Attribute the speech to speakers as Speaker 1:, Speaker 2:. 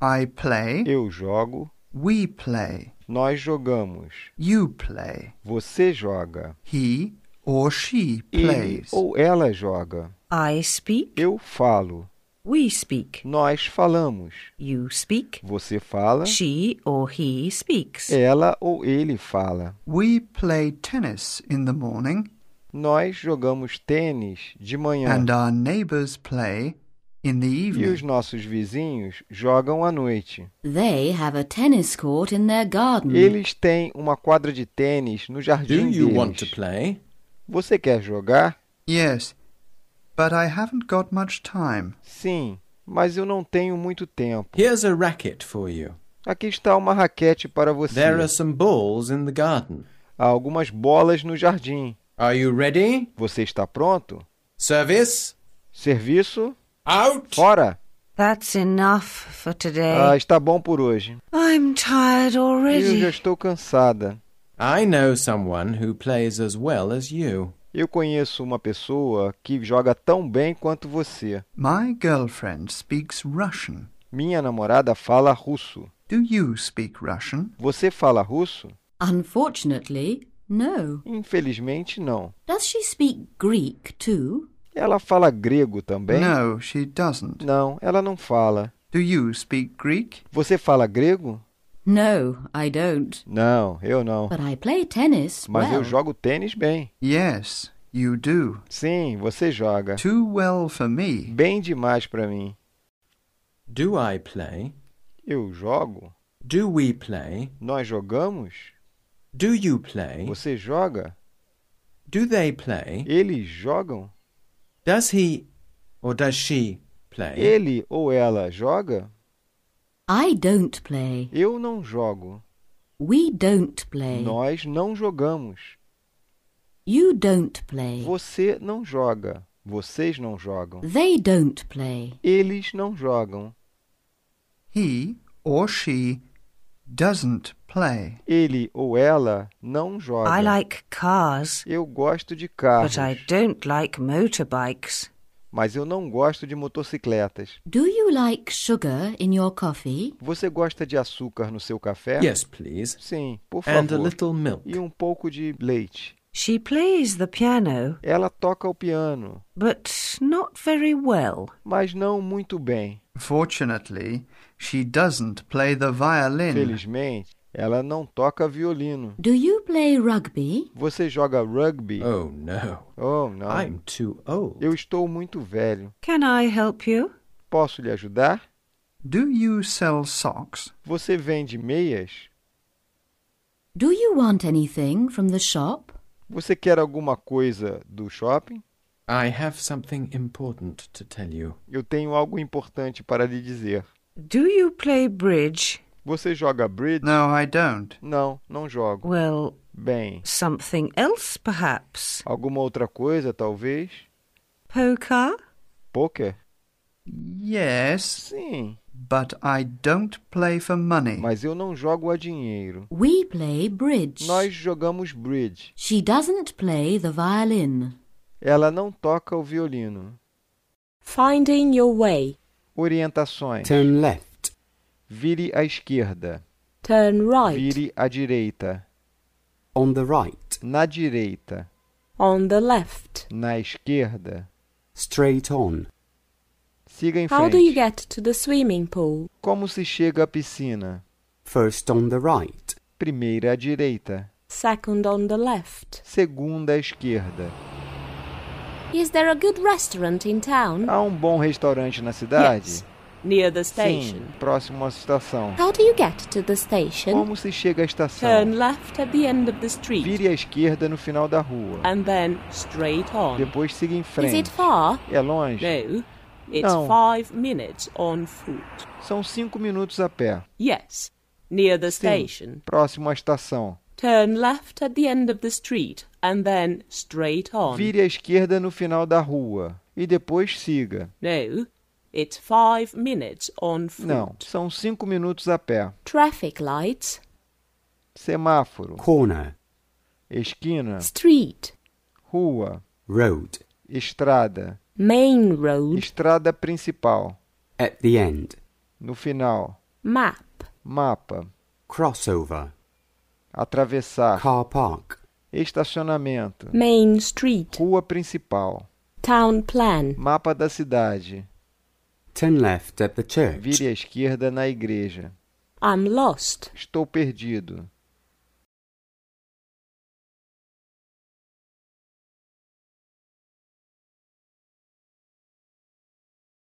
Speaker 1: I play.
Speaker 2: Eu jogo.
Speaker 1: We play.
Speaker 2: Nós jogamos.
Speaker 1: You play.
Speaker 2: Você joga.
Speaker 1: He or she
Speaker 2: Ele
Speaker 1: plays.
Speaker 2: ou ela joga.
Speaker 3: I speak.
Speaker 2: Eu falo.
Speaker 3: We speak.
Speaker 2: Nós falamos.
Speaker 3: You speak.
Speaker 2: Você fala.
Speaker 3: She or he speaks.
Speaker 2: Ela ou ele fala.
Speaker 1: We play tennis in the morning
Speaker 2: Nós jogamos tênis de manhã.
Speaker 1: and our neighbors play in the
Speaker 2: E
Speaker 1: evening.
Speaker 2: os nossos vizinhos jogam à noite.
Speaker 4: They have a tennis court in their garden.
Speaker 2: Eles têm uma quadra de tênis no
Speaker 5: Do
Speaker 2: jardim
Speaker 5: you want to
Speaker 2: deles.
Speaker 5: play?
Speaker 2: Você quer jogar?
Speaker 1: Yes, but I haven't got much time.
Speaker 2: Sim, mas eu não tenho muito tempo.
Speaker 5: Here's a racket for you.
Speaker 2: Aqui está uma raquete para você.
Speaker 5: There are some balls in the garden.
Speaker 2: Há algumas bolas no jardim.
Speaker 5: Are you ready?
Speaker 2: Você está pronto?
Speaker 5: Service?
Speaker 2: Serviço?
Speaker 5: Out!
Speaker 2: Fora!
Speaker 3: That's enough for
Speaker 4: É.
Speaker 3: today.
Speaker 2: Ah, está bom por hoje.
Speaker 3: I'm tired
Speaker 2: Eu já
Speaker 3: already.
Speaker 2: estou cansada.
Speaker 5: I know someone who plays as well as you.
Speaker 2: Eu conheço uma pessoa que joga tão bem quanto você.
Speaker 1: My girlfriend speaks Russian.
Speaker 2: Minha namorada fala russo.
Speaker 1: Do you speak Russian?
Speaker 2: Você fala russo?
Speaker 4: Unfortunately, no.
Speaker 2: Infelizmente não.
Speaker 4: Does she speak Greek too?
Speaker 2: Ela fala grego também?
Speaker 1: No, she doesn't.
Speaker 2: Não, ela não fala.
Speaker 1: Do you speak Greek?
Speaker 2: Você fala grego?
Speaker 4: No, I don't.
Speaker 2: Não, eu não.
Speaker 4: But I play tennis
Speaker 2: Mas
Speaker 4: well.
Speaker 2: eu jogo tênis bem.
Speaker 1: Yes, you do.
Speaker 2: Sim, você joga.
Speaker 1: Too well for me.
Speaker 2: Bem demais pra mim.
Speaker 5: Do I play?
Speaker 2: Eu jogo?
Speaker 5: Do we play?
Speaker 2: Nós jogamos?
Speaker 5: Do you play?
Speaker 2: Você joga?
Speaker 5: Do they play?
Speaker 2: Eles jogam?
Speaker 5: Does he or does she play?
Speaker 2: Ele ou ela joga?
Speaker 4: I don't play.
Speaker 2: Eu não jogo.
Speaker 4: We don't play.
Speaker 2: Nós não jogamos.
Speaker 4: You don't play.
Speaker 2: Você não joga. Vocês não jogam.
Speaker 4: They don't play.
Speaker 2: Eles não jogam.
Speaker 1: He or she doesn't play.
Speaker 2: Ele ou ela não joga.
Speaker 3: I like cars,
Speaker 2: Eu gosto de
Speaker 3: but
Speaker 2: carros,
Speaker 3: I don't like motorbikes.
Speaker 2: mas eu não gosto de motocicletas.
Speaker 4: Do you like sugar in your coffee?
Speaker 2: Você gosta de açúcar no seu café?
Speaker 5: Yes, please.
Speaker 2: Sim, por
Speaker 5: And a
Speaker 2: favor.
Speaker 5: little milk.
Speaker 2: E um pouco de leite.
Speaker 3: She plays the piano,
Speaker 2: Ela toca o piano,
Speaker 3: but not very well.
Speaker 2: mas não muito bem.
Speaker 1: Fortunately, she doesn't play the violin.
Speaker 2: Felizmente, ela não toca violino.
Speaker 4: Do you play rugby?
Speaker 2: Você joga rugby?
Speaker 5: Oh no.
Speaker 2: Oh, não.
Speaker 5: I'm too old.
Speaker 2: Eu estou muito velho.
Speaker 3: Can I help you?
Speaker 2: Posso lhe ajudar?
Speaker 1: Do you sell socks?
Speaker 2: Você vende meias?
Speaker 4: Do you want anything from the shop?
Speaker 2: Você quer alguma coisa do shopping?
Speaker 5: I have something important to tell you.
Speaker 2: Eu tenho algo importante para lhe dizer.
Speaker 3: Do you play bridge?
Speaker 2: Você joga bridge?
Speaker 1: No, I don't.
Speaker 2: Não, não jogo.
Speaker 3: Well,
Speaker 2: Bem,
Speaker 3: something else perhaps.
Speaker 2: alguma outra coisa, talvez?
Speaker 3: Poker?
Speaker 2: Poker?
Speaker 1: Yes,
Speaker 2: Sim,
Speaker 1: but I don't play for money.
Speaker 2: mas eu não jogo a dinheiro.
Speaker 4: We play bridge.
Speaker 2: Nós jogamos bridge.
Speaker 4: She doesn't play the violin.
Speaker 2: Ela não toca o violino.
Speaker 6: Finding your way.
Speaker 2: Orientações:
Speaker 7: Turn left.
Speaker 2: vire à esquerda,
Speaker 6: Turn right.
Speaker 2: vire à direita,
Speaker 7: On the right.
Speaker 2: na direita,
Speaker 6: On the left.
Speaker 2: na esquerda.
Speaker 7: Straight on.
Speaker 2: Siga em
Speaker 6: How do you
Speaker 2: frente.
Speaker 6: get to the swimming pool?
Speaker 2: Como se chega à piscina?
Speaker 7: First on the right.
Speaker 2: Primeira à direita,
Speaker 6: Second on the left.
Speaker 2: segunda à esquerda.
Speaker 6: Is there a good restaurant in town?
Speaker 2: Há um bom restaurante na cidade?
Speaker 6: Yes. Uh, Near the
Speaker 2: Sim,
Speaker 6: station.
Speaker 2: próximo à estação.
Speaker 6: How do you get to the station?
Speaker 2: Como se chega à estação?
Speaker 6: Turn left at the end of the street.
Speaker 2: Vire à esquerda no final da rua.
Speaker 6: And then straight on.
Speaker 2: Depois siga em
Speaker 6: Is it
Speaker 2: frente.
Speaker 6: far?
Speaker 2: É longe?
Speaker 6: No. It's
Speaker 2: No.
Speaker 6: five minutes on foot.
Speaker 2: São cinco minutos a pé.
Speaker 6: Yes. Near the
Speaker 2: Sim,
Speaker 6: station.
Speaker 2: próximo à estação.
Speaker 6: Turn left at the end of the street and then straight on.
Speaker 2: Vire à esquerda no final da rua. E depois siga.
Speaker 6: No. It's five minutes on foot.
Speaker 2: Não, são cinco minutos a pé.
Speaker 6: Traffic lights.
Speaker 2: Semáforo,
Speaker 7: Corner.
Speaker 2: esquina,
Speaker 6: Street.
Speaker 2: rua,
Speaker 7: Road.
Speaker 2: estrada,
Speaker 6: Main road.
Speaker 2: estrada principal,
Speaker 7: At the end.
Speaker 2: no final,
Speaker 6: Map.
Speaker 2: mapa,
Speaker 7: crossover,
Speaker 2: atravessar,
Speaker 7: car park,
Speaker 2: estacionamento,
Speaker 6: Main street.
Speaker 2: rua principal,
Speaker 6: Town plan.
Speaker 2: mapa da cidade,
Speaker 7: turn left at the church.
Speaker 2: vire à esquerda na igreja,
Speaker 6: I'm lost.
Speaker 2: estou perdido,